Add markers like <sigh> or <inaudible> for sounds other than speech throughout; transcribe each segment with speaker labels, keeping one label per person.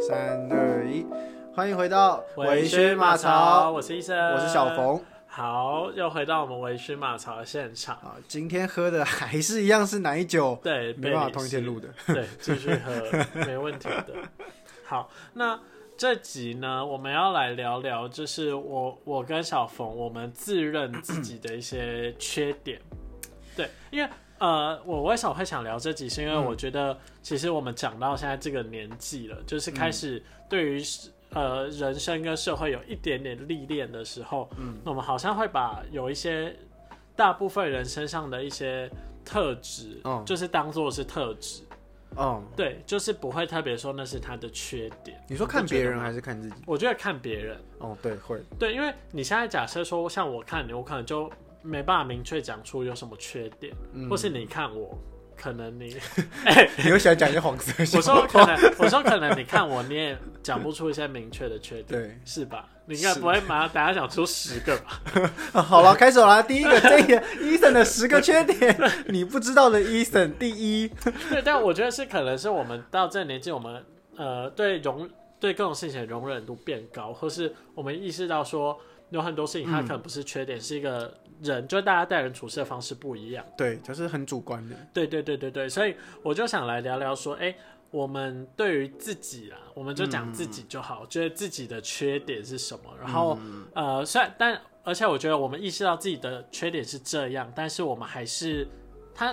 Speaker 1: 三二一，欢迎回到
Speaker 2: 微
Speaker 1: 醺
Speaker 2: 醺
Speaker 1: 马
Speaker 2: 槽，
Speaker 1: 槽，
Speaker 2: 我是医生，
Speaker 1: 我是小。冯
Speaker 2: 好，又回到我们微醺马槽的现场。
Speaker 1: 啊，今天喝的还是一样是奶酒，
Speaker 2: 对，
Speaker 1: 没办法
Speaker 2: 贝里
Speaker 1: 同一
Speaker 2: 斯
Speaker 1: 天录的， <laughs>
Speaker 2: 对，继续喝，没问题的。好，那这集呢，我们要来聊聊，就是我我跟小冯，我们自认自己的一些缺点。对，因为呃，我为什么会想聊这集，是因为我觉得其实我们讲到现在这个年纪了，就是开始对于、呃人生跟社会有一点点历练的时候，嗯，我们好像会把有一些大部分人身上的一些特质，
Speaker 1: 嗯
Speaker 2: 就是当做是特质。
Speaker 1: 嗯，
Speaker 2: 对，就是不会特别说那是他的缺点。
Speaker 1: 你说看别人还
Speaker 2: 是？
Speaker 1: 是看自己？
Speaker 2: 我觉得看别人，
Speaker 1: 哦，对，会，
Speaker 2: 对，因为你现在假设说像我看你，我可能就没办法明确讲出有什么缺点，
Speaker 1: 嗯
Speaker 2: 或是你看我，可能
Speaker 1: <laughs>
Speaker 2: 你，
Speaker 1: 你又想讲一些黄色
Speaker 2: 我
Speaker 1: <laughs> 笑
Speaker 2: 说
Speaker 1: 话？
Speaker 2: 可能，我说可能你看我，你也讲不出一些明确的缺点，
Speaker 1: 对，
Speaker 2: 是吧？你应该
Speaker 1: 是
Speaker 2: 不会马上大家讲出十个吧？
Speaker 1: 啊 <laughs> 好了，开始啦。第一个，这个 <laughs> Eason 的十个缺点， <laughs> 你不知道的 Eason，第一，
Speaker 2: 对，但我觉得是可能是我们到这年纪，我们呃对容对各种事情的容忍度变高，或是我们意识到说有很多事情它可能不是缺点，是一个人，就大家待人处事的方式不一样。
Speaker 1: 对，就是很主观的，
Speaker 2: 对对对对对，所以我就想来聊聊说，哎、我们对于自己啦，啊我们就讲自己就
Speaker 1: 嗯
Speaker 2: 好，觉得自己的缺点是什么，然后、呃，虽然但而且我觉得我们意识到自己的缺点是这样，但是我们还是他，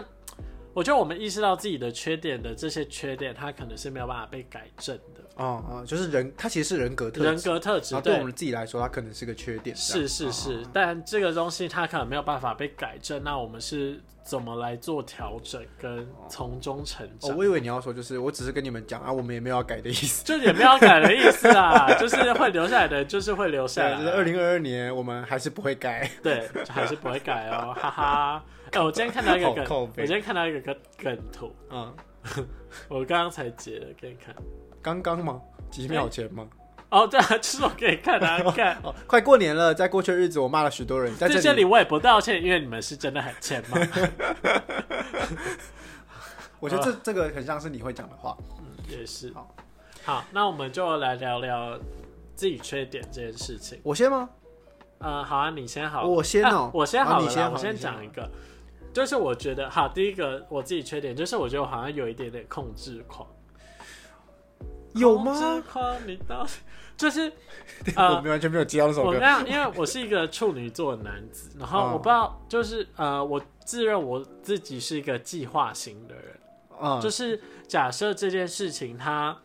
Speaker 2: 我觉得我们意识到自己的缺点的这些缺点，它可能是没有办法被改正的，
Speaker 1: 哦哦，就是人，他其实是人格特
Speaker 2: 人
Speaker 1: 质，
Speaker 2: 格特质
Speaker 1: 然后对我们自己来说，他可能是个缺点，这样
Speaker 2: 是是是，
Speaker 1: 哦
Speaker 2: 但这个东西它可能没有办法被改正，那我们是怎么来做调整跟从中成长？
Speaker 1: 哦，我以为你要说就是，我只是跟你们讲啊，我们也没有要改的意思。
Speaker 2: 就也没有改的意思啊， <laughs> 就是会留下来的，就是会留下
Speaker 1: 对，就是
Speaker 2: 来
Speaker 1: 二，零二二年，我们还是不会
Speaker 2: <laughs>
Speaker 1: 改。
Speaker 2: 对，就还是不会改哦， <laughs> 哈哈。哎、我今天看到一个
Speaker 1: 好
Speaker 2: 梗，
Speaker 1: 靠
Speaker 2: 我
Speaker 1: 背
Speaker 2: 今天看到一个梗梗图，
Speaker 1: 嗯，
Speaker 2: 我刚刚才截的给你看。
Speaker 1: 刚刚吗？几秒前吗？
Speaker 2: 哦，对啊，就是我给你
Speaker 1: <laughs>
Speaker 2: 看的、啊，看。
Speaker 1: 哦，快过年了，在过去的日子，我骂了许多人，在
Speaker 2: 在
Speaker 1: 这
Speaker 2: 这里我也不道歉，因为你们是真的很欠
Speaker 1: <laughs>
Speaker 2: 骂。
Speaker 1: 我觉得这
Speaker 2: 啊
Speaker 1: 这个很像是你会讲的话。
Speaker 2: 嗯也是
Speaker 1: 好。
Speaker 2: 好，那我们就来聊聊自己缺点这件事情。
Speaker 1: 我先吗？
Speaker 2: 嗯，好啊，你先好了，
Speaker 1: 我先哦
Speaker 2: 啊我先好
Speaker 1: 好
Speaker 2: 了
Speaker 1: 你
Speaker 2: 啦，
Speaker 1: 先好
Speaker 2: 我先
Speaker 1: 你先好
Speaker 2: 讲一个，就是我觉得，好，第一个我自己缺点就是我觉得我好像有一点点控制狂，
Speaker 1: 有
Speaker 2: 控
Speaker 1: 吗
Speaker 2: 制？狂，你到底就是
Speaker 1: <laughs> 我
Speaker 2: 呃，
Speaker 1: 们完全没有接到这首
Speaker 2: 我
Speaker 1: 歌。
Speaker 2: 那样，因为我是一个处女座的男子，然后
Speaker 1: 嗯
Speaker 2: 我不知道，就是呃，我自认我自己是一个计划型的人，
Speaker 1: 嗯
Speaker 2: 就是假设这件事情它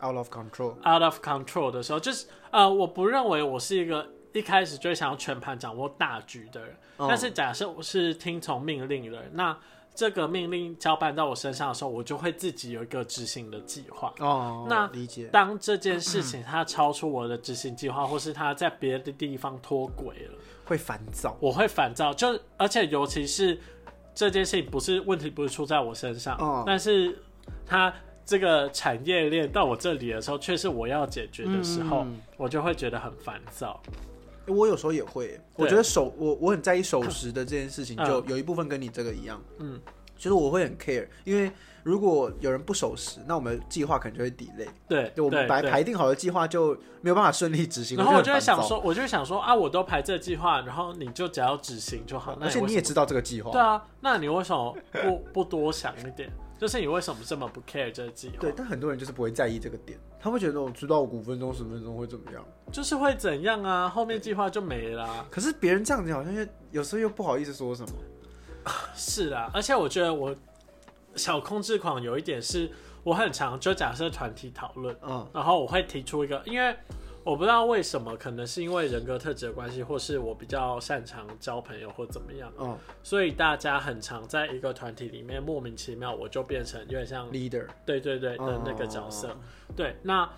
Speaker 1: ，out of control。
Speaker 2: out of control 的时候，就是呃，我不认为我是一个一开始就想要全盘掌握大局的人。
Speaker 1: 嗯
Speaker 2: 但是假设我是听从命令的人，那这个命令交办到我身上的时候，我就会自己有一个执行的计划。
Speaker 1: 哦，
Speaker 2: 那
Speaker 1: 理解。
Speaker 2: 当这件事情它超出我的执行计划，或是它在别的地方脱轨了，
Speaker 1: 会烦躁。
Speaker 2: 我会烦躁。就而且尤其是这件事情不是问题，不是出在我身上，
Speaker 1: 嗯
Speaker 2: 但是它这个产业链到我这里的时候，却是我要解决的时候，
Speaker 1: 嗯
Speaker 2: 我就会觉得很烦躁。
Speaker 1: 我有时候也会，我觉得守我我很在意守时的这件事情，
Speaker 2: 嗯
Speaker 1: 就有一部分跟你这个一样，
Speaker 2: 嗯，
Speaker 1: 就是我会很 care，因为如果有人不守时，那我们计划可能就会 delay，
Speaker 2: 对，
Speaker 1: 就我们
Speaker 2: 对
Speaker 1: 排
Speaker 2: 对
Speaker 1: 排定好的计划就没有办法顺利执行，
Speaker 2: 然后我
Speaker 1: 就
Speaker 2: 就
Speaker 1: 很
Speaker 2: 会
Speaker 1: 烦
Speaker 2: 想
Speaker 1: 躁，
Speaker 2: 说，我就会想说啊，我都排这计划，然后你就只要执行就好。那
Speaker 1: 哦而且
Speaker 2: 为
Speaker 1: 你也知道这个计划，
Speaker 2: 对啊，那你为什么不不多想一点？就是你为什么这么不 care 这个计划？
Speaker 1: 对，但很多人就是不会在意这个点，他会觉得我知道我五分钟十分钟会怎么样，
Speaker 2: 就是会怎样啊？后面计划就没啊啦、
Speaker 1: 可是别人这样子好像又有时候又不好意思说什么，
Speaker 2: 是啦，而且我觉得我小控制狂有一点是，我很常就假设团体讨论，
Speaker 1: 嗯
Speaker 2: 然后我会提出一个，因为我不知道为什么，可能是因为人格特质的关系，或是我比较擅长交朋友或怎么样，
Speaker 1: 嗯
Speaker 2: 所以大家很常在一个团体里面莫名其妙我就变成有点像
Speaker 1: ，leader，
Speaker 2: 对对对的那个
Speaker 1: 嗯
Speaker 2: 角色。对，那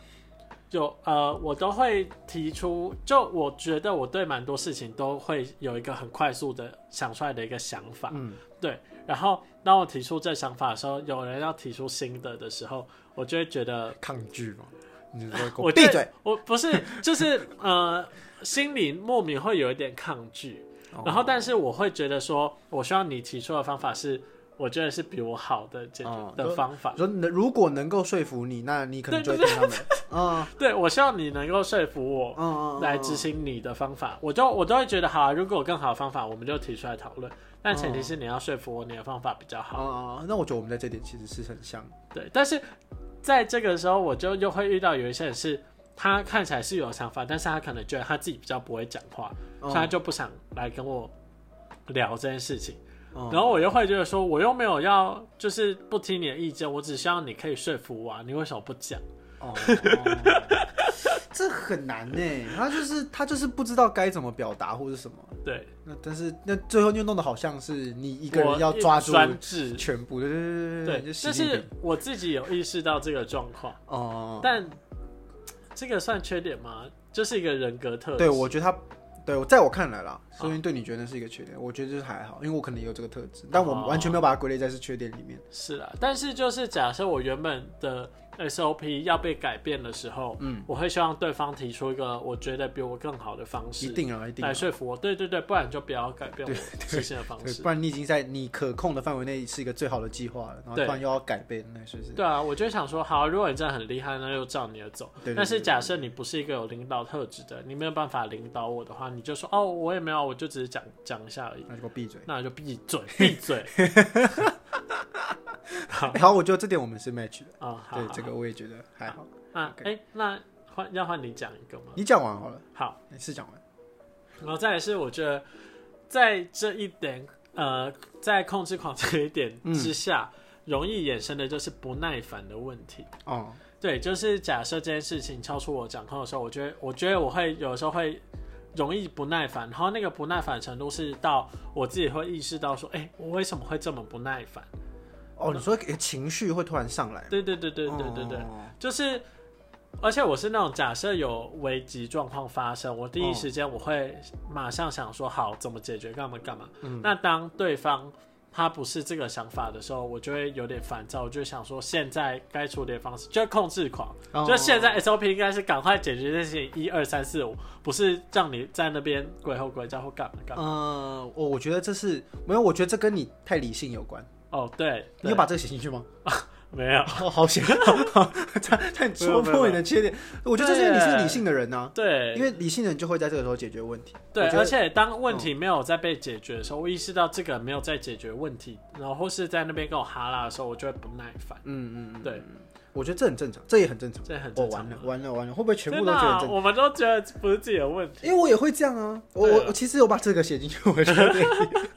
Speaker 2: 有呃，我都会提出，就我觉得我对蛮多事情都会有一个很快速的想出来的一个想法，
Speaker 1: 嗯，
Speaker 2: 对。然后当我提出这想法的时候，有人要提出新的的时候，我就会觉得
Speaker 1: 抗拒嘛，你就说给
Speaker 2: 我
Speaker 1: 我闭
Speaker 2: 就
Speaker 1: 嘴，，
Speaker 2: <laughs> 我不是就是呃，心里莫名
Speaker 1: 哦
Speaker 2: 会有一点抗拒。然后，但是我会觉得说，我希望你提出的方法是我觉得是比我好的解决、
Speaker 1: 哦
Speaker 2: 的方法。
Speaker 1: 说能如果能够说服你，那你可能就会听他们。嗯
Speaker 2: 对我希望你能够说服我，
Speaker 1: 嗯嗯，嗯
Speaker 2: 来执。行你的方法，我就我都会觉得好、啊。如果有更好的方法，我们就提出来讨论。但前提是你要说服我你的方法比较
Speaker 1: 哦
Speaker 2: 好。
Speaker 1: 哦，哦那我觉得我们在这点其实是很像。
Speaker 2: 对，但是在这个时候，我就又会遇到有一些人是，他看起来是有想法，但是他可能觉得他自己比较不会讲话，所以他
Speaker 1: 嗯
Speaker 2: 就不想来跟我聊这件事情。
Speaker 1: 嗯
Speaker 2: 然后我又会觉得说，我又没有要就是不听你的意见，我只希望你可以说服我啊，你为什么不讲？
Speaker 1: 哦， <laughs> 这很难呢。他就是他就是不知道该怎么表达或者什么。
Speaker 2: 对，
Speaker 1: 那但是那最后就弄得好像是你一个
Speaker 2: 我
Speaker 1: 人要抓住
Speaker 2: 专制。
Speaker 1: 全部，对对对
Speaker 2: 对，
Speaker 1: 对，就习
Speaker 2: 但
Speaker 1: 近
Speaker 2: 是
Speaker 1: 平
Speaker 2: 我自己有意识到这个状况。
Speaker 1: 哦，
Speaker 2: 但这个算缺点吗？就是一啊个人格特质。
Speaker 1: 对我觉得他。对，在我看来啦，说明对你觉得是一个缺点，我觉得就是还好，因为我可能也有这个特质，但我完全没有把它归类在是缺点里面。
Speaker 2: 是啦，但是就是假设我原本的 SOP 要被改变的时候，
Speaker 1: 嗯，
Speaker 2: 我会希望对方提出一个我觉得比我更好的方
Speaker 1: 一
Speaker 2: 式
Speaker 1: 定啊，一定啊
Speaker 2: 来，说服我。对对对，不然就不要改变我执行的方
Speaker 1: 对，
Speaker 2: 式
Speaker 1: 不。然你已经在你可控的范围内是一个最好的计划了，然后突
Speaker 2: 对
Speaker 1: 然又要改变，那是不是？
Speaker 2: 对啊，我就想说，好，如果你真的很厉害，那就照你的走。
Speaker 1: 对对
Speaker 2: 但是
Speaker 1: 对
Speaker 2: 假设你不是一个有领导特质的，你没有办法领导我的话，你就说哦，我也没有，我就只是讲讲一下而已。
Speaker 1: 那就给我闭嘴。
Speaker 2: 那就闭嘴，闭嘴
Speaker 1: <laughs> 然后我觉得这点我们是 match 的，
Speaker 2: 啊！好
Speaker 1: 对
Speaker 2: 好
Speaker 1: 这个我也觉得还好。
Speaker 2: 那哎
Speaker 1: OK、
Speaker 2: 诶那换要换你讲一个吗？
Speaker 1: 你讲完好了，
Speaker 2: 好，
Speaker 1: 哎是讲完。
Speaker 2: 然后再来是我觉得在这一点，呃，在控制狂这一点之下，容易衍生的就是不耐烦的问题。
Speaker 1: 哦，
Speaker 2: 对，就是假设这件事情超出我掌控的时候，我觉得，我觉得我会有时候会容易不耐烦，然后那个不耐烦程度是到我自己会意识到说，哎、我为什么会这么不耐烦？
Speaker 1: 哦，你说诶情绪会突然上来，
Speaker 2: 对对对对对对对，
Speaker 1: 哦
Speaker 2: 就是，而且我是那种假设有危急状况发生，我第一
Speaker 1: 哦
Speaker 2: 时间我会马上想说好怎么解决，干嘛干嘛。
Speaker 1: 嗯
Speaker 2: 那当对方他不是这个想法的时候，我就会有点烦躁，我就想说现在该处理的方式就是控制狂，
Speaker 1: 哦
Speaker 2: 就现在 SOP 应该是赶快解决这些一二三四五，不是让你在那边鬼吼鬼叫或干嘛干嘛。
Speaker 1: 嗯，我我觉得这是没有，我觉得这跟你太理性有关。
Speaker 2: 哦，对，
Speaker 1: 你
Speaker 2: 对
Speaker 1: 有把这个写进去吗？
Speaker 2: 没有？
Speaker 1: 哦，好 <laughs> 险，差差点戳破你的缺点。我觉得这是因为你是理性的人呢，
Speaker 2: 对，
Speaker 1: 因为理性的人就会在这个时候解决问题。
Speaker 2: 对
Speaker 1: 我，觉
Speaker 2: 而
Speaker 1: 得嗯
Speaker 2: 且当问题没有在被解决的时候，我意识到这个没有在解决问题，然后或是在那边跟我哈拉的时候，我就会不耐烦。
Speaker 1: 嗯嗯嗯，
Speaker 2: 对，
Speaker 1: 我觉得这很正常，这也很正常。
Speaker 2: 这很
Speaker 1: 我
Speaker 2: 正常
Speaker 1: 完了
Speaker 2: 嘛。
Speaker 1: 完了完了，会不会全部
Speaker 2: 真
Speaker 1: 都
Speaker 2: 的
Speaker 1: 觉
Speaker 2: 啊、
Speaker 1: 得正常？
Speaker 2: 我们都觉得不是自己的问
Speaker 1: <laughs>
Speaker 2: 题。
Speaker 1: 因为我也会这样啊，我
Speaker 2: 对啊
Speaker 1: 我我其实有把这个写进去，我觉得。 <laughs>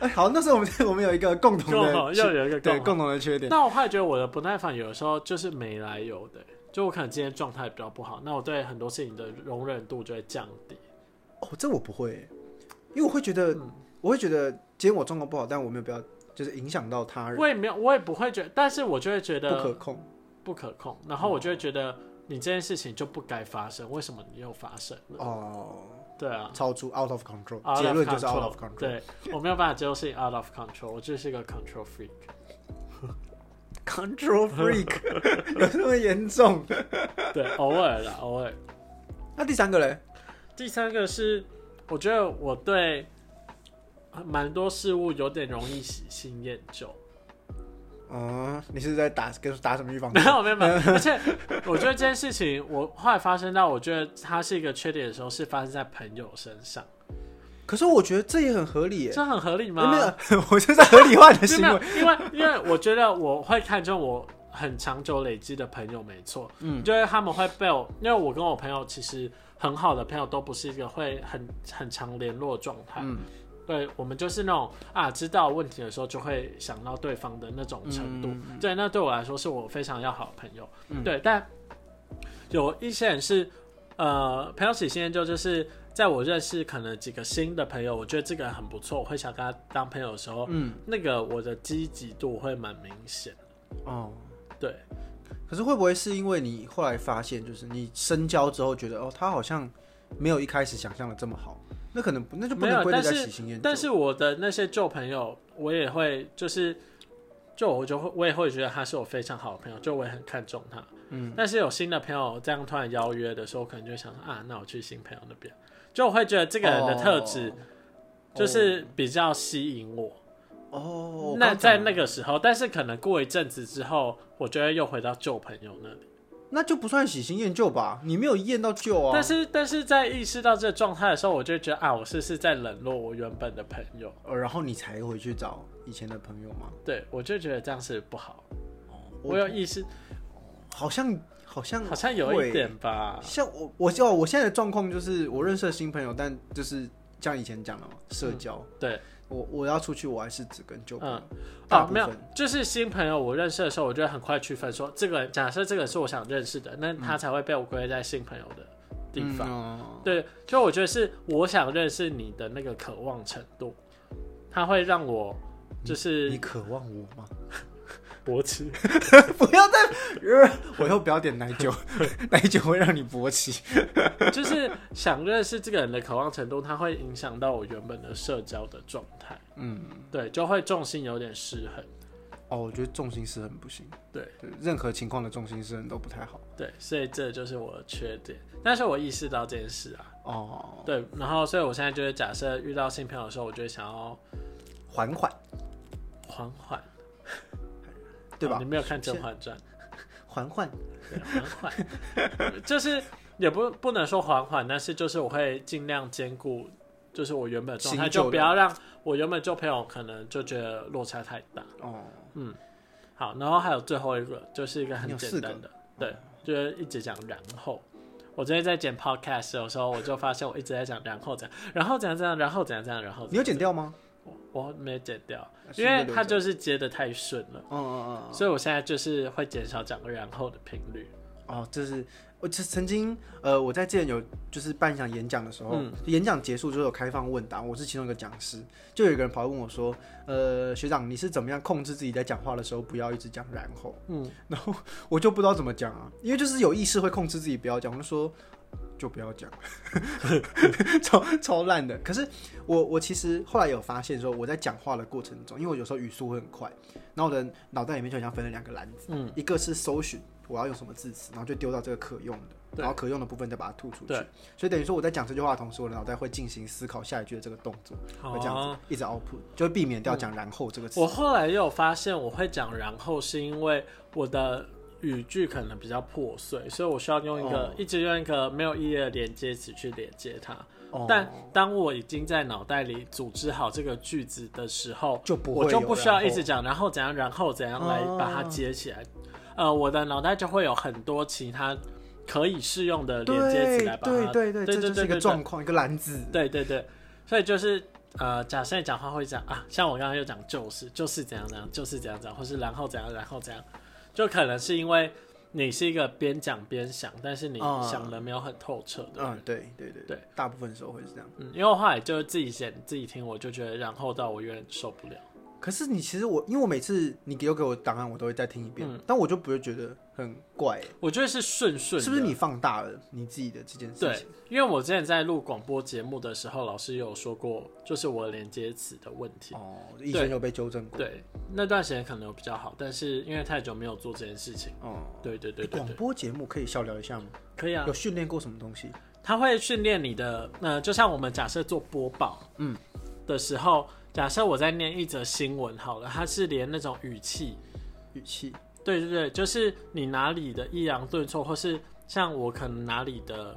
Speaker 1: 哎，好，那时候我们我们有一个共同
Speaker 2: 共好
Speaker 1: 的
Speaker 2: 又
Speaker 1: 缺
Speaker 2: 有一个
Speaker 1: 对
Speaker 2: 更好。
Speaker 1: 共同的缺点。
Speaker 2: 但我后来觉得我的不耐烦有的时候就是没来由的，就我可能今天状态比较不好，那我对很多事情的容忍度就会降低。
Speaker 1: 哦，这我不会欸，因为我会觉得，我会觉得今天我状况不好，但我没有必要就是影响到他人，
Speaker 2: 我也没有，我也不会觉得，但是我就会觉
Speaker 1: 不
Speaker 2: 得
Speaker 1: 可控。嗯
Speaker 2: 不可控，然后我就会觉得你这件事情就不该发生，为什么你又发生了？
Speaker 1: 哦，
Speaker 2: 对啊，
Speaker 1: 超出 out of control，
Speaker 2: Out of
Speaker 1: 结论就是 out
Speaker 2: control，
Speaker 1: of control。
Speaker 2: 对，我没有办法接受事情 out of control，我就是一个 control freak。
Speaker 1: control freak 有那么严重？
Speaker 2: 对，偶尔啦，偶尔。
Speaker 1: 那第三个嘞？
Speaker 2: 第三个是，我觉得我对蛮多事物有点容易喜新厌旧。
Speaker 1: 哦，你是在打跟打什么预防
Speaker 2: 没
Speaker 1: 针？
Speaker 2: 有没有没有，而且我觉得这件事情，我后来发生到，我觉得它是一个缺点的时候，是发生在朋友身上，
Speaker 1: 可是我觉得这也很合理耶。
Speaker 2: 这很合理
Speaker 1: 没有，
Speaker 2: 吗？
Speaker 1: 没有我就在合理 <laughs> 化你的行
Speaker 2: 没
Speaker 1: 为
Speaker 2: 有，。因为因为我觉得我会看中我很长久累积的朋友，没错，嗯，
Speaker 1: 嗯
Speaker 2: 就是他们会被我，因为我跟我朋友其实很好的朋友都不是一个会很很常联络的状态，
Speaker 1: 嗯
Speaker 2: 对我们就是那种啊知道问题的时候就会想到对方的那种程度，
Speaker 1: 嗯
Speaker 2: 对，那对我来说是我非常要好的朋友，
Speaker 1: 嗯
Speaker 2: 对，但有一些人是呃朋友喜新厌旧，就是。在我认识可能几个新的朋友，我觉得这个人很不错，我会想跟他当朋友的时候，
Speaker 1: 嗯
Speaker 2: 那个我的积极度会蛮明显。
Speaker 1: 哦。
Speaker 2: 对，
Speaker 1: 可是会不会是因为你后来发现，就是你深交之后觉得，哦，他好像没有一开始想象的这么好，那可能不那就不
Speaker 2: 没有
Speaker 1: 能归类在
Speaker 2: 但是
Speaker 1: 喜新厌旧。
Speaker 2: 但是我的那些旧朋友，我也会就是，就我就会我也会觉得他是我非常好的朋友，就我也很看重他。
Speaker 1: 嗯，
Speaker 2: 但是有新的朋友这样突然邀约的时候，我可能就会想说啊，那我去新朋友那边，就我会觉得这个人的特质
Speaker 1: 哦
Speaker 2: 就是比较吸引我。
Speaker 1: 哦，
Speaker 2: 那
Speaker 1: 在
Speaker 2: 在那个时候，但是可能过一阵子之后，我就会又回到旧朋友那里。
Speaker 1: 那就不算喜新厌旧吧？你没有验到旧啊。
Speaker 2: 但是，但是在意识到这个状态的时候，我就觉得啊，我是不是在冷落我原本的朋友？
Speaker 1: 呃，然后你才回去找以前的朋友吗？
Speaker 2: 对我就觉得这样是不好。
Speaker 1: 我
Speaker 2: 我有意识，
Speaker 1: 好像好像
Speaker 2: 好像有
Speaker 1: 会
Speaker 2: 一点吧。
Speaker 1: 像我我就我现在的状况就是，我认识了新朋友，但就是像以前讲的嘛，社交。
Speaker 2: 对，
Speaker 1: 我我要出去，我还是只跟旧朋友。大
Speaker 2: 哦，
Speaker 1: 部
Speaker 2: 没有
Speaker 1: 分，
Speaker 2: 就是新朋友，我认识的时候，我就会很快区分说，这个人假设这个人是我想认识的，那他才会被我归类在新朋友的地方。
Speaker 1: 嗯哦
Speaker 2: 对，就我觉得是我想认识你的那个渴望程度，它会让我就是
Speaker 1: 你渴望我 <laughs> 吗？
Speaker 2: <laughs> 勃起。
Speaker 1: 不要再，呃我以后不要点奶 <laughs> 酒，奶酒会让你勃起。
Speaker 2: 就是想认识这个人的渴望程度，它会影响到我原本的社交的状态，
Speaker 1: 嗯，
Speaker 2: 对，就会重心有点失衡，
Speaker 1: 哦，我觉得重心失衡不行，
Speaker 2: 对
Speaker 1: 对，任何情况的重心失衡都不太好。
Speaker 2: 对，所以这就是我的缺点。但是我意识到这件事啊，
Speaker 1: 哦，
Speaker 2: 对，然后所以我现在就是假设遇到新朋友的时候，我就会想要
Speaker 1: 缓缓，
Speaker 2: 缓缓，
Speaker 1: 对
Speaker 2: 哦
Speaker 1: 吧
Speaker 2: 你？没有看《甄嬛传》？
Speaker 1: 缓缓，
Speaker 2: 对，缓缓， <laughs> 就是也不不能说缓缓，但是就是我会尽量兼顾，就是我原本的状态，
Speaker 1: 新旧的
Speaker 2: 就不要让我原本就朋友可能就觉得落差太大。
Speaker 1: 哦，
Speaker 2: 好，然后还有最后一个，就是一个
Speaker 1: 你
Speaker 2: 很
Speaker 1: 有
Speaker 2: 简
Speaker 1: 四嗯
Speaker 2: 单的，对，就是一直讲然后。我最近在剪 podcast 的时候，我就发现我一直在讲然后怎样，然后怎样怎样，然后怎样怎样，然后怎
Speaker 1: 你
Speaker 2: 样
Speaker 1: 有剪啊掉吗？
Speaker 2: 我我没剪掉，
Speaker 1: 是
Speaker 2: 因为
Speaker 1: 留着
Speaker 2: 它就是接的太顺了，
Speaker 1: 嗯嗯嗯
Speaker 2: 所以我现在就是会减少讲然后的频率。
Speaker 1: 嗯，哦，这是我曾曾经呃，我在之前有就是办一场演讲的时候，
Speaker 2: 嗯
Speaker 1: 演讲结束之后有开放问答，我是其中一个讲师，就有一个人跑来问我说，呃，学长你是怎么样控制自己在讲话的时候不要一直讲然后？
Speaker 2: 嗯，
Speaker 1: <laughs> 然后我就不知道怎么讲啊，因为就是有意识会控制自己不要讲，我就说就不要讲， <laughs> 超超烂的。可是我我其实后来有发现说，我在讲话的过程中，因为我有时候语速会很快，然后我的脑袋里面就好像分了两个篮子，
Speaker 2: 嗯，
Speaker 1: 一个是搜寻我要用什么字词，然后就丢到这个可用的，
Speaker 2: 对
Speaker 1: 然后可用的部分再把它吐出去
Speaker 2: 对。
Speaker 1: 所以等于说我在讲这句话的同时，我的脑袋会进行思考下一句的这个动作，
Speaker 2: 好
Speaker 1: 哦会这样子一直 output，就会避免
Speaker 2: 嗯
Speaker 1: 掉讲然后这个词。
Speaker 2: 我后来也有发现，我会讲然后是因为我的语句可能比较破碎，所以我需要用一个、
Speaker 1: 哦
Speaker 2: 一直用一个没有意义的连接词去连接它。
Speaker 1: 哦
Speaker 2: 但当我已经在脑袋里组织好这个句子的时候，
Speaker 1: 就不会
Speaker 2: 我就
Speaker 1: 有
Speaker 2: 不需要
Speaker 1: 然后
Speaker 2: 一直讲然后怎样，然后怎样来把它接起来。呃，我的脑袋就会有很多其他可以适用的连接词来把它。
Speaker 1: 对对对
Speaker 2: 对
Speaker 1: 这
Speaker 2: 对
Speaker 1: 就是一
Speaker 2: 对
Speaker 1: 个
Speaker 2: 对
Speaker 1: 状况，一个篮子。
Speaker 2: 对对对，所以就是呃，假设你讲话会讲啊，像我刚刚又讲就是就是怎样怎样，就是怎样怎样，或是然后怎样然后怎样，就可能是因为你是一个边讲边想，但是你
Speaker 1: 啊
Speaker 2: 想的没有很透彻的人。
Speaker 1: 嗯，对对对
Speaker 2: 对，
Speaker 1: 大部分时候会是这样。
Speaker 2: 嗯，因为我后来就是自己写自己听，我就觉得然后到我有点受不了。
Speaker 1: 可是你其实我，因为我每次你给我给我档案，我都会再听一遍，但我就不会觉得很怪、
Speaker 2: 我觉得是顺嗯顺的，
Speaker 1: 是不是你放大了你自己的这件事
Speaker 2: 对
Speaker 1: 情？，
Speaker 2: 因为我之前在录广播节目的时候，老师也有说过，就是我的连接词的问题。
Speaker 1: 哦，以前有被纠正过。
Speaker 2: 对，那段时间可能有比较好，但是因为太久没有做这件事情，
Speaker 1: 哦，
Speaker 2: 对对对
Speaker 1: 诶
Speaker 2: 对
Speaker 1: 广
Speaker 2: 对，
Speaker 1: 播节目可以小聊一下吗？
Speaker 2: 可以啊
Speaker 1: 有。训练过什么东西？
Speaker 2: 他会训练你的，呃，就像我们假设做播报，
Speaker 1: 嗯，
Speaker 2: 的时候，假设我在念一则新闻好了，它是连那种语气，
Speaker 1: 语气
Speaker 2: 对对对，就是你哪里的抑扬顿挫，或是像我可能哪里的，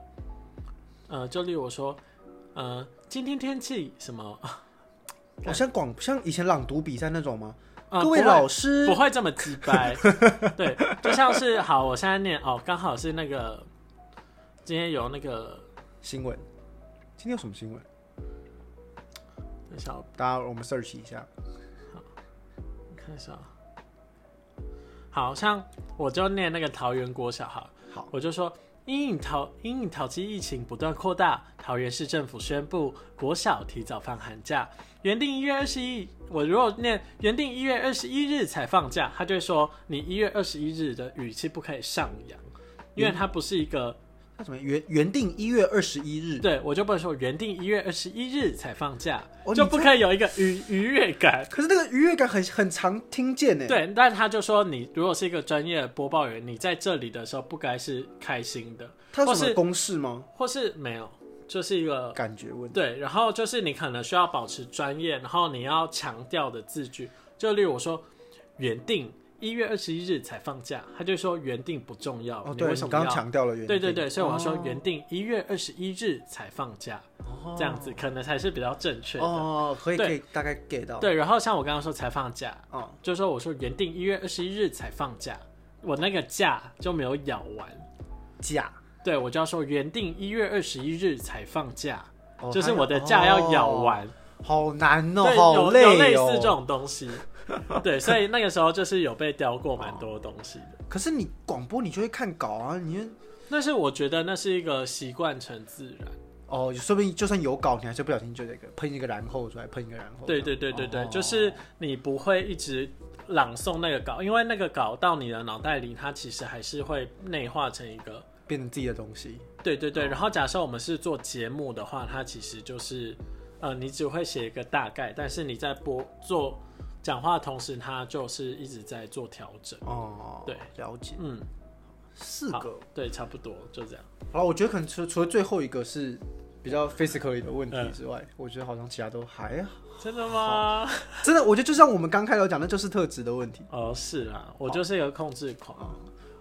Speaker 2: 呃，就例如说，呃，今天天气什么，哎
Speaker 1: 哦，像广像以前朗读比赛那种吗？
Speaker 2: 呃、
Speaker 1: 各位
Speaker 2: 不会
Speaker 1: 老师
Speaker 2: 不，会这么鸡掰， <laughs> 对，就像是好，我现在念哦，刚好是那个今天有那个，
Speaker 1: 新闻，今天有什么新闻？
Speaker 2: 等一下我
Speaker 1: 大家我们 search 一下。
Speaker 2: 看一下，好像我就念那个桃园国小哈，
Speaker 1: 好，
Speaker 2: 我就说，因应桃因应桃机疫情不断扩大，桃园市政府宣布国小提早放寒假，原定一月二十一，我如果念原定一月二十一日才放假，他就会说你一月二十一日的语气不可以上扬，因为它不是一个
Speaker 1: 那什么原原定一月二十一日，
Speaker 2: 对我就不能说原定一月二十一日才放假，
Speaker 1: 哦
Speaker 2: 就
Speaker 1: 你
Speaker 2: 不
Speaker 1: 这
Speaker 2: 可以有一个愉愉悦感。
Speaker 1: 可是那个愉悦感很很常听见呢。，
Speaker 2: 对，但他就说你如果是一个专业的播报员，你在这里的时候不该是开心的，
Speaker 1: 它有
Speaker 2: 或
Speaker 1: 什么
Speaker 2: 是
Speaker 1: 公式吗？
Speaker 2: 或是没有，就是一个
Speaker 1: 感觉问题。
Speaker 2: 对，然后就是你可能需要保持专业，然后你要强调的字句，就例如我说原定一月二十一日才放假，他就说原定不重要，
Speaker 1: 哦，
Speaker 2: 你
Speaker 1: 对，
Speaker 2: 为
Speaker 1: 你
Speaker 2: 什
Speaker 1: 刚
Speaker 2: 么
Speaker 1: 刚
Speaker 2: 要？
Speaker 1: 强调了原因。
Speaker 2: 对对对，所以我要说
Speaker 1: 哦
Speaker 2: 原定一月二十一日才放假，这样子可能才是比较正确的。
Speaker 1: 哦，可以
Speaker 2: 对
Speaker 1: 可以大概 get 到。
Speaker 2: 对，然后像我刚刚说才放假，
Speaker 1: 哦，
Speaker 2: 就说我说原定一月二十一日才放假，我那个假就没有咬完，
Speaker 1: 假
Speaker 2: 对我就要说原定一月二十一日才放假，
Speaker 1: 哦
Speaker 2: 就是
Speaker 1: 它
Speaker 2: 我的假要咬
Speaker 1: 哦
Speaker 2: 完，
Speaker 1: 好难哦，
Speaker 2: 对，
Speaker 1: 好
Speaker 2: 有有类
Speaker 1: 累
Speaker 2: 似
Speaker 1: 哦
Speaker 2: 这。种
Speaker 1: <laughs>
Speaker 2: 东西，对，所以那个时候就是有被雕过蛮多东西
Speaker 1: <laughs>
Speaker 2: 的，
Speaker 1: 可是你广播你就会看稿啊，你就
Speaker 2: 但是我觉得那是一个习惯成自然，
Speaker 1: 哦，说不定就算有稿，你还是不小心就这个喷一个然后出来，喷一个然后。
Speaker 2: 对对对对对，
Speaker 1: 哦
Speaker 2: 就是你不会一直朗诵那个稿，因为那个稿到你的脑袋里，它其实还是会内化成一个。
Speaker 1: 变成自己的东西。
Speaker 2: 对对
Speaker 1: 哦
Speaker 2: 对，然后假设我们是做节目的话，它其实就是，呃，你只会写一个大概，但是你在播做讲话的同时，它就是一直在做调整。
Speaker 1: 哦，
Speaker 2: 对，
Speaker 1: 了解。
Speaker 2: 嗯，
Speaker 1: 四
Speaker 2: 好
Speaker 1: 个，
Speaker 2: 对，差不多就这样。
Speaker 1: 好了，我觉得可能除除了最后一个是比较 physically 的问
Speaker 2: 嗯
Speaker 1: 题之外，我觉得好像其他都还好。
Speaker 2: 真的吗？
Speaker 1: 真的，我觉得就像我们刚开头讲，那就是特质的问题。
Speaker 2: 哦，是啊，我就是一个控制狂。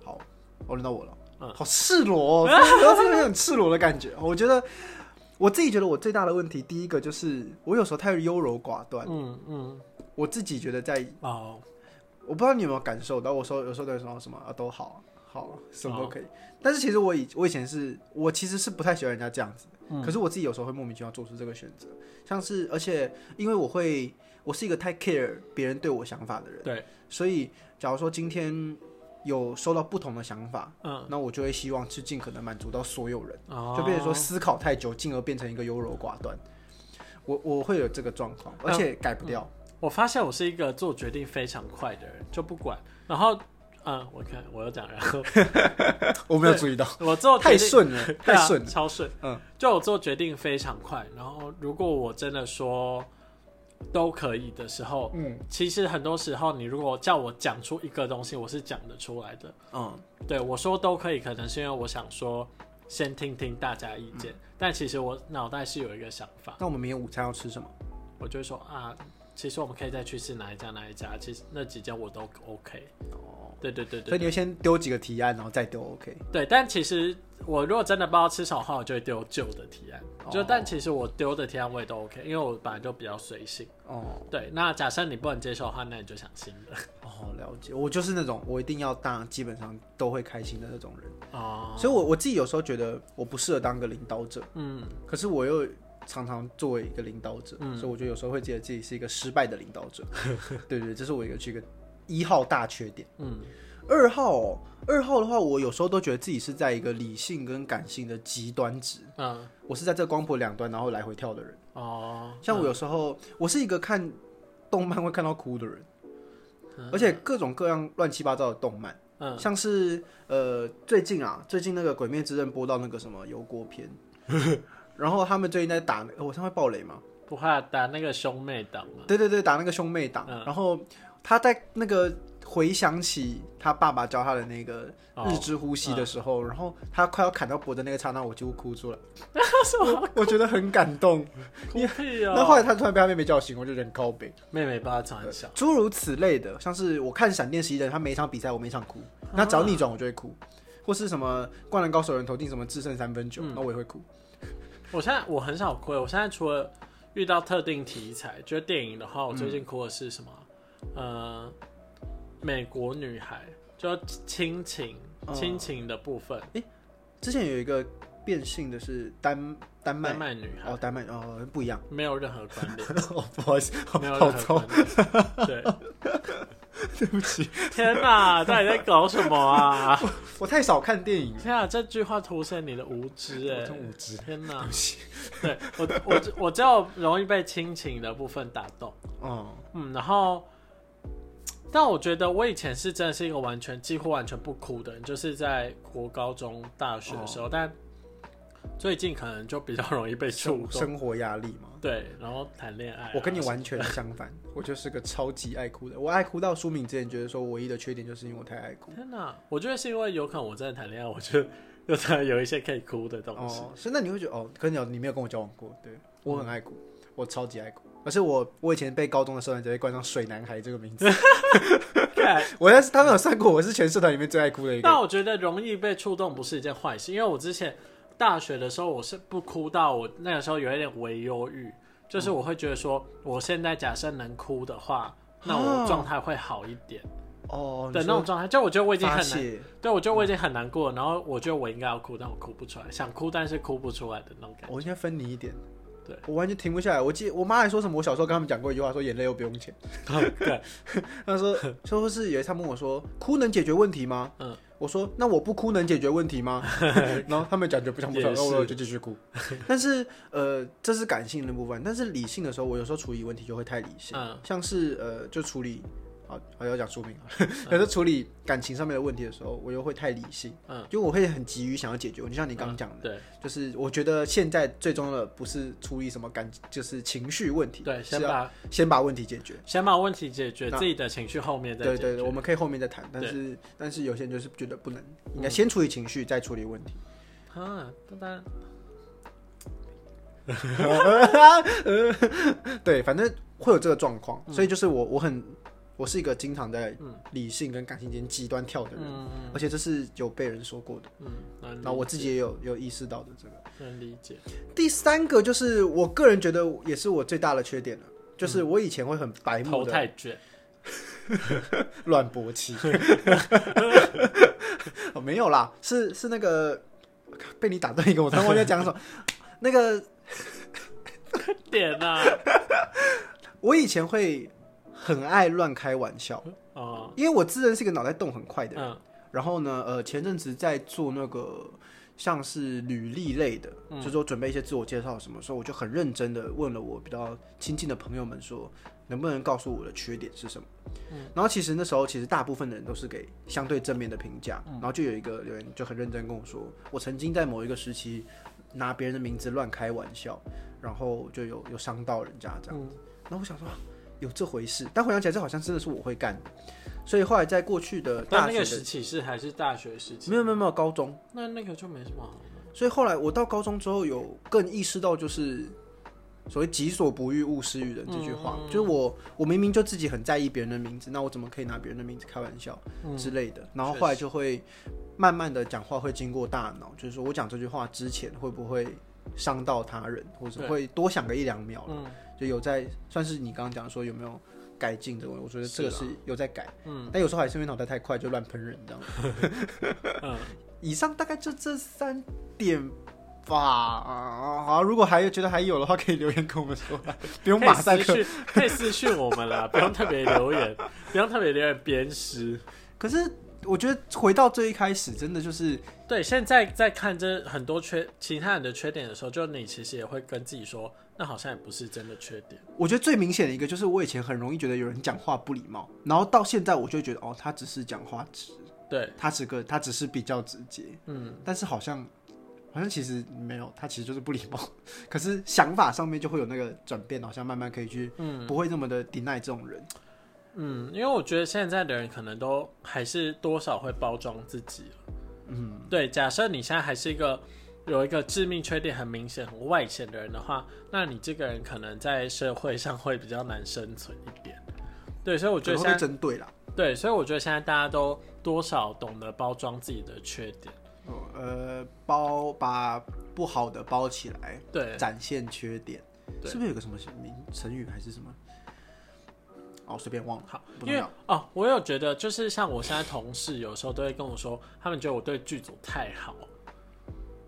Speaker 1: 好，哦，轮到我了，
Speaker 2: 嗯
Speaker 1: 好赤
Speaker 2: <laughs>
Speaker 1: 裸、哦，然后这个很赤裸的感觉。我觉得我自己觉得我最大的问题，第一个就是我有时候太优柔寡断。
Speaker 2: 嗯嗯，
Speaker 1: 我自己觉得在，
Speaker 2: 哦，
Speaker 1: 我不知道你有没有感受到，我说有时候都会说什么啊都好好什么都可以，但是其实我以我以前是我其实是不太喜欢人家这样子的，
Speaker 2: 嗯
Speaker 1: 可是我自己有时候会莫名其妙做出这个选择，像是而且因为我会我是一个太 care 别人对我想法的人，
Speaker 2: 对，
Speaker 1: 所以假如说今天有收到不同的想法，
Speaker 2: 嗯，
Speaker 1: 那我就会希望去尽可能满足到所有人，
Speaker 2: 哦，
Speaker 1: 就变成说思考太久，进而变成一个优柔寡断。我我会有这个状况，
Speaker 2: 嗯
Speaker 1: 而且改不掉。
Speaker 2: 我发现我是一个做决定非常快的人，就不管。然后，嗯，我看我又讲，然后
Speaker 1: 我没有注意到，
Speaker 2: 我做决
Speaker 1: 太
Speaker 2: 定
Speaker 1: 顺了，
Speaker 2: 哦对
Speaker 1: <laughs> 太
Speaker 2: 啊
Speaker 1: 顺了。
Speaker 2: 超顺。
Speaker 1: 嗯
Speaker 2: 嗯，就我做决定非常快。然后，如果我真的说都可以的时候，
Speaker 1: 嗯
Speaker 2: 其实很多时候你如果叫我讲出一个东西，我是讲得出来的。
Speaker 1: 嗯，
Speaker 2: 对我说都可以，可能是因为我想说先听听大家意见，
Speaker 1: 嗯
Speaker 2: 但其实我脑袋是有一个想法，
Speaker 1: 那我们明天午餐要吃什么？
Speaker 2: 我就会说啊，其实我们可以再去吃哪一家哪一家，其实那几家我都 OK。
Speaker 1: 哦，
Speaker 2: 对对对
Speaker 1: 所以
Speaker 2: 对
Speaker 1: 你会先丢几个提案，然后再丢 OK。
Speaker 2: 对，但其实我如果真的不知道吃什么的话，我就会丢旧的提案。就
Speaker 1: 哦
Speaker 2: 但其实我丢的提案我也都 OK，因为我本来就比较随性。
Speaker 1: 哦
Speaker 2: 对，那假设你不能接受的话，那你就想新的。
Speaker 1: 哦，了解。我就是那种我一定要大家基本上都会开心的那种人，
Speaker 2: 哦，
Speaker 1: 所以我我自己有时候觉得我不适合当个领导者，
Speaker 2: 嗯，
Speaker 1: 可是我又常常作为一个领导者，
Speaker 2: 嗯
Speaker 1: 所以我觉得有时候会觉得自己是一个失败的领导者。 <laughs> 对对，这是我一个这个一号大缺点。
Speaker 2: 嗯，
Speaker 1: 二号、哦，二号的话，我有时候都觉得自己是在一个理性跟感性的极端值，
Speaker 2: 嗯，
Speaker 1: 我是在这光谱两端然后来回跳的人。
Speaker 2: 哦，
Speaker 1: 像我有时候，我是一个看动漫会看到哭的人，而且各种各样乱七八糟的动漫，
Speaker 2: 嗯，
Speaker 1: 像是呃最近啊，最近那个《鬼灭之刃》播到那个什么油锅篇，
Speaker 2: <laughs>
Speaker 1: 然后他们最近在打，呃我上会爆雷吗？
Speaker 2: 不怕打那个兄妹档嘛。
Speaker 1: 对对对，打那个兄妹党，
Speaker 2: 嗯
Speaker 1: 然后他在那个回想起他爸爸教他的那个
Speaker 2: 哦
Speaker 1: 日之呼吸的时
Speaker 2: 嗯
Speaker 1: 候，然后他快要砍到脖的那个刹那，我几乎哭
Speaker 2: <laughs>
Speaker 1: 出来，
Speaker 2: 什么？
Speaker 1: 我觉得很感动。
Speaker 2: <laughs> 哭屁
Speaker 1: 那、
Speaker 2: 哦！
Speaker 1: 后来他突然被他妹妹叫醒，我就人靠背，
Speaker 2: 妹妹帮他唱一下。
Speaker 1: 诸如此类的，像是我看《闪电十一人》，他每一场比赛我每一场哭，
Speaker 2: 啊
Speaker 1: 那只要逆转我就会哭，或是什么《灌篮高手》人投进什么制胜三分球，
Speaker 2: 嗯
Speaker 1: 那、我也会哭。
Speaker 2: 我现在我很少哭，我现在除了遇到特定题材，就是电影的话，我最近哭的是什么？呃，美国女孩，就亲情
Speaker 1: 嗯
Speaker 2: 亲情的部分，
Speaker 1: 之前有一个变性的是丹丹麦
Speaker 2: 丹麦女孩
Speaker 1: 哦，丹麦哦不一样， <laughs>
Speaker 2: 没有任何关联，
Speaker 1: 哦不好意思， <laughs> 好
Speaker 2: 没有
Speaker 1: 好
Speaker 2: 任何
Speaker 1: 糟，
Speaker 2: 关联。对，
Speaker 1: <laughs> 对不起。
Speaker 2: 天哪，到底在搞什么啊？
Speaker 1: 我太少看电影，
Speaker 2: 天啊，这句话凸显你的无知哎、
Speaker 1: 我真无知
Speaker 2: 天哪
Speaker 1: 不，起。
Speaker 2: 对我我我只有容易被亲情的部分打动。
Speaker 1: 哦，
Speaker 2: 嗯，然后，但我觉得我以前是真的是一个完全几乎完全不哭的人，就是在国高中、大学的时
Speaker 1: 哦
Speaker 2: 候，但最近可能就比较容易被触
Speaker 1: 生
Speaker 2: 动。
Speaker 1: 生活压力嘛。
Speaker 2: 对，然后谈恋爱啊、
Speaker 1: 我跟你完全相反，我就是个超级爱哭的。我爱哭到舒敏之前觉得说，唯一的缺点就是因为我太爱哭。
Speaker 2: 天哪！我觉得是因为有可能我真的谈恋爱，我就有的有一些可以哭的东 <laughs> 西。嗯
Speaker 1: 哦，所以那你会觉得哦，可能你你没有跟我交往过，对我很爱哭，我超级爱哭，而且我我以前被高中的社团直接冠上“水男孩”这个名
Speaker 2: 哎
Speaker 1: 字，
Speaker 2: 看
Speaker 1: <laughs> 我但是他们有算过，我是全社团里面最爱哭的一个。
Speaker 2: 但我觉得容易被触动不是一件坏事，因为我之前大学的时候，我是不哭到我那个时候有一点微忧郁，就是我会觉得说，我现在假设能哭的话，那我状态会好一点
Speaker 1: 嗯哦，
Speaker 2: 的
Speaker 1: 你
Speaker 2: 那种
Speaker 1: 说
Speaker 2: 状态。就我觉得我已经很
Speaker 1: 发
Speaker 2: 难，
Speaker 1: 泄，
Speaker 2: 对我觉得我已经很难过了，然后我觉得我应该要哭，但我哭不出来，想哭但是哭不出来的那种感觉。
Speaker 1: 我应该分你一点。
Speaker 2: 对，
Speaker 1: 我完全停不下来。我记我妈还说什么，我小时候跟他们讲过一句话，说眼泪又不用钱。
Speaker 2: <laughs> 对，
Speaker 1: <laughs> 她说，说是有一次她问我说，哭能解决问题吗？
Speaker 2: 嗯，
Speaker 1: 我说那我不哭能解决问题
Speaker 2: <laughs>
Speaker 1: 吗？然后他们讲就不想不想，
Speaker 2: 也
Speaker 1: 然
Speaker 2: 是
Speaker 1: 后我就继续哭。但是呃，这是感性的部分，但是理性的时候，我有时候处理问题就会太理性，
Speaker 2: 嗯
Speaker 1: 像是呃，就处理。好，好要讲书名了。 <laughs> 有时候处理感情上面的问题的时候，我又会太理性，
Speaker 2: 嗯，
Speaker 1: 因为我会很急于想要解决。就像你刚刚讲的，
Speaker 2: 对
Speaker 1: 就是我觉得现在最终的不是处理什么感，就是情绪问题，
Speaker 2: 对，
Speaker 1: 是
Speaker 2: 先
Speaker 1: 要
Speaker 2: 把
Speaker 1: 先把问题解决。
Speaker 2: 先把问题解决，
Speaker 1: 那
Speaker 2: 自己的情绪后面再
Speaker 1: 对
Speaker 2: 解
Speaker 1: 对
Speaker 2: 决
Speaker 1: 对，我们可以后面再谈，但
Speaker 2: 对
Speaker 1: 是但是有些人就是觉得不能，应该先处理情绪，再处理问题。
Speaker 2: 啊，当然嗯
Speaker 1: 对，反正会有这个状况，所以就是我我很我是一个经常在理性跟感性间极端跳的人，
Speaker 2: 嗯
Speaker 1: 而且这是有被人说过的，
Speaker 2: 嗯，能理
Speaker 1: 然后我自己也有有意识到的这个。
Speaker 2: 能理解，
Speaker 1: 第三个就是我个人觉得也是我最大的缺点了，就是我以前会很白目
Speaker 2: 嗯头
Speaker 1: 的
Speaker 2: 太卷， <laughs>
Speaker 1: 乱勃起。 <laughs> 哦，没有啦，是是那个被你打断一个，我突然忘记在讲什么。那个
Speaker 2: 点啊，
Speaker 1: 我以前会很爱乱开玩笑，
Speaker 2: 哦，
Speaker 1: 因为我自认是一个脑袋动很快的人。
Speaker 2: 嗯
Speaker 1: 然后呢，呃，前阵子在做那个像是履历类的，
Speaker 2: 嗯
Speaker 1: 就是我准备一些自我介绍什么，所以我就很认真的问了我比较亲近的朋友们说，能不能告诉我的缺点是什么？
Speaker 2: 嗯
Speaker 1: 然后其实那时候其实大部分的人都是给相对正面的评价，
Speaker 2: 嗯
Speaker 1: 然后就有一个留言就很认真跟我说，我曾经在某一个时期拿别人的名字乱开玩笑，然后就有有伤到人家这样
Speaker 2: 嗯
Speaker 1: 子。然后我想说。啊有这回事，但回想起来，这好像真的是我会干的，所以后来在过去的
Speaker 2: 但
Speaker 1: 呃大
Speaker 2: 那
Speaker 1: 学
Speaker 2: 个
Speaker 1: 的
Speaker 2: 时期是还是大学时期，
Speaker 1: 没有没有没有高中，
Speaker 2: 那那个就没什么好。
Speaker 1: 所以后来我到高中之后有更意识到，就是所谓“己所不欲，勿施于人”这句话，
Speaker 2: 嗯
Speaker 1: 就是我我明明就自己很在意别人的名字，那我怎么可以拿别人的名字开玩笑
Speaker 2: 嗯
Speaker 1: 之类的？然后后来就会慢慢的讲话会经过大脑，就是说我讲这句话之前会不会伤到他人，或者
Speaker 2: 对
Speaker 1: 会多想个一两秒，
Speaker 2: 嗯
Speaker 1: 就有在算是你刚刚讲说有没有。改进这个，我觉得这个是
Speaker 2: 是啊
Speaker 1: 有在改，
Speaker 2: 嗯
Speaker 1: 但有时候还是因为脑袋太快就乱喷人这样。
Speaker 2: <laughs> 嗯，
Speaker 1: <laughs> 以上大概就这三点吧。啊好，如果还有觉得还有的话，可以留言跟我们说，不用马赛克。
Speaker 2: 可以私讯可以私讯我们啦，不用特别留言，不用特别留言鞭尸。
Speaker 1: 可是我觉得回到最一开始，真的就是
Speaker 2: 对，现在在看这很多缺其他人的缺点的时候，就你其实也会跟自己说，那好像也不是真的缺点。
Speaker 1: 我觉得最明显的一个，就是我以前很容易觉得有人讲话不礼貌，然后到现在我就会觉得哦，他只是讲话直，
Speaker 2: 对，
Speaker 1: 他只个他只是比较直接，
Speaker 2: 嗯，
Speaker 1: 但是好像。好像其实没有，他其实就是不礼貌。 <laughs> 可是想法上面就会有那个转变，好像慢慢可以去，嗯，不会那么的 deny 这种人。
Speaker 2: 嗯，因为我觉得现在的人可能都还是多少会包装自己了
Speaker 1: 嗯，
Speaker 2: 对，假设你现在还是一个有一个致命缺点很明显、很外显的人的话，那你这个人可能在社会上会比较难生存一点。对，所以我觉得
Speaker 1: 可
Speaker 2: 现
Speaker 1: 能会
Speaker 2: 在
Speaker 1: 被针对啦。
Speaker 2: 对，所以我觉得现在大家都多少懂得包装自己的缺点。
Speaker 1: 哦呃，包把不好的包起来，
Speaker 2: 对，
Speaker 1: 展现缺点，
Speaker 2: 对
Speaker 1: 是不是有个什么名成语还是什么？哦，随便忘了，
Speaker 2: 好，
Speaker 1: 不重
Speaker 2: 因为
Speaker 1: 要。
Speaker 2: 哦，我有觉得，就是像我现在同事有时候都会跟我说，他们觉得我对剧组太好，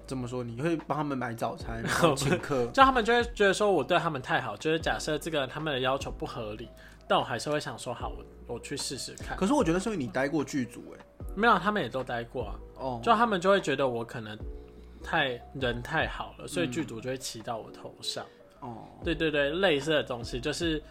Speaker 1: 这么说，你会帮他们买早
Speaker 2: <laughs>
Speaker 1: 餐，然后请客，
Speaker 2: 就他们就会觉得说我对他们太好，就是假设这个他们的要求不合理，但我还是会想说好，我我去试试看。
Speaker 1: 可是我觉得是因为你待过剧组，哎，
Speaker 2: 没有，他们也都待过啊，
Speaker 1: 哦，
Speaker 2: 就他们就会觉得我可能太人太好了，所以剧组就会骑到我头上。
Speaker 1: 哦，
Speaker 2: 对对对，类似的东西，就是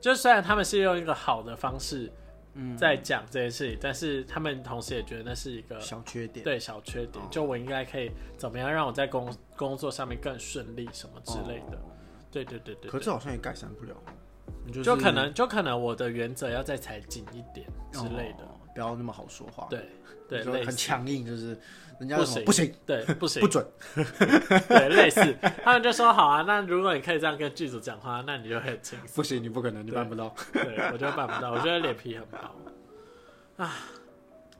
Speaker 2: 就虽然他们是用一个好的方式
Speaker 1: 嗯，
Speaker 2: 在讲这件事情，但是他们同时也觉得那是一个
Speaker 1: 小缺点，
Speaker 2: 对小缺点，
Speaker 1: 哦
Speaker 2: 就我应该可以怎么样让我在工工作上面更顺利什么之类的。
Speaker 1: 哦。
Speaker 2: 对对对对
Speaker 1: 可
Speaker 2: 对，
Speaker 1: 这好像也改善不了，你
Speaker 2: 就是可能就可能我的原则要再踩紧一点之类的。
Speaker 1: 哦不要那么好说话，
Speaker 2: 对对，
Speaker 1: 就
Speaker 2: 类
Speaker 1: 很
Speaker 2: 似
Speaker 1: 强硬，就是人家
Speaker 2: 不
Speaker 1: 什么
Speaker 2: 行
Speaker 1: 不行
Speaker 2: 对不行
Speaker 1: <laughs> 不准，
Speaker 2: 对类似，他们就说好啊，那如果你可以这样跟剧组讲话，那你就会很轻松。
Speaker 1: 不行，你不可能，你
Speaker 2: 对
Speaker 1: 办不到，
Speaker 2: 对我就办不到，我觉得脸皮很薄，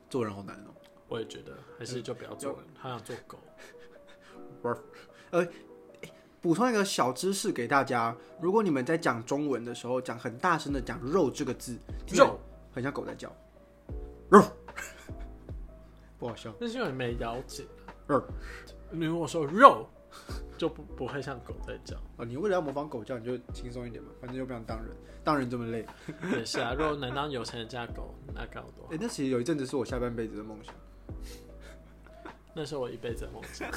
Speaker 1: 做人好难哦。
Speaker 2: 我也觉得还是就不要做人，好想做狗。
Speaker 1: 补充一个小知识给大家：如果你们在讲中文的时候，讲很大声的讲“肉”这个字，听起来
Speaker 2: 肉，
Speaker 1: 很像狗在叫，肉， <laughs> 不好笑。
Speaker 2: 那是因为没咬紧。啊
Speaker 1: 肉
Speaker 2: 你如果说肉，就不不会像狗在叫。
Speaker 1: 哦，你为了要模仿狗叫，你就轻松一点嘛，反正又不想当人，当人这么累。
Speaker 2: 也是啊，如果能当有钱人家的狗，那该有多
Speaker 1: 哎、
Speaker 2: 好！
Speaker 1: 那其实有一阵子是我下半辈子的梦想。
Speaker 2: 那是我一辈子的梦想。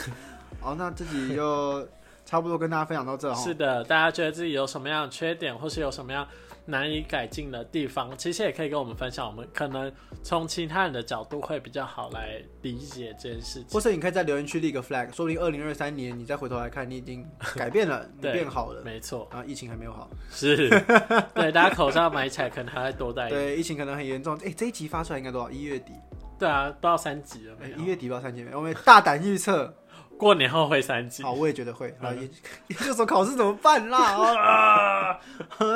Speaker 1: 哦，那自己就 <laughs> 差不多跟大家分享到这哈
Speaker 2: 是。的，大家觉得自己有什么样的缺点，或是有什么样难以改进的地方，其实也可以跟我们分享，我们可能从其他人的角度会比较好来理解这件事情。
Speaker 1: 或是你可以在留言区立个 flag，说不定二零二三年你再回头来看，你已经改变了，你
Speaker 2: <laughs> 对
Speaker 1: 变好了，
Speaker 2: 没错，
Speaker 1: 然后疫情还没有好。
Speaker 2: 是，对，大家口罩买起来可能还会多带一点。
Speaker 1: 对，疫情可能很严重。哎、这一集发出来应该多少？一月底，
Speaker 2: 对啊，不知道三级了
Speaker 1: 哎
Speaker 2: 没有？
Speaker 1: 一月底不知道三级没有？我们大胆预测，
Speaker 2: 过年后会三级。
Speaker 1: 好，我也觉 <laughs> 得
Speaker 2: <laughs>
Speaker 1: 会。啊，
Speaker 2: 嗯
Speaker 1: 研研究所考试怎么哦 <laughs> 办啦？啊，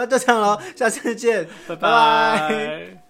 Speaker 1: 就这样咯，下次见，
Speaker 2: 拜
Speaker 1: 拜拜
Speaker 2: 拜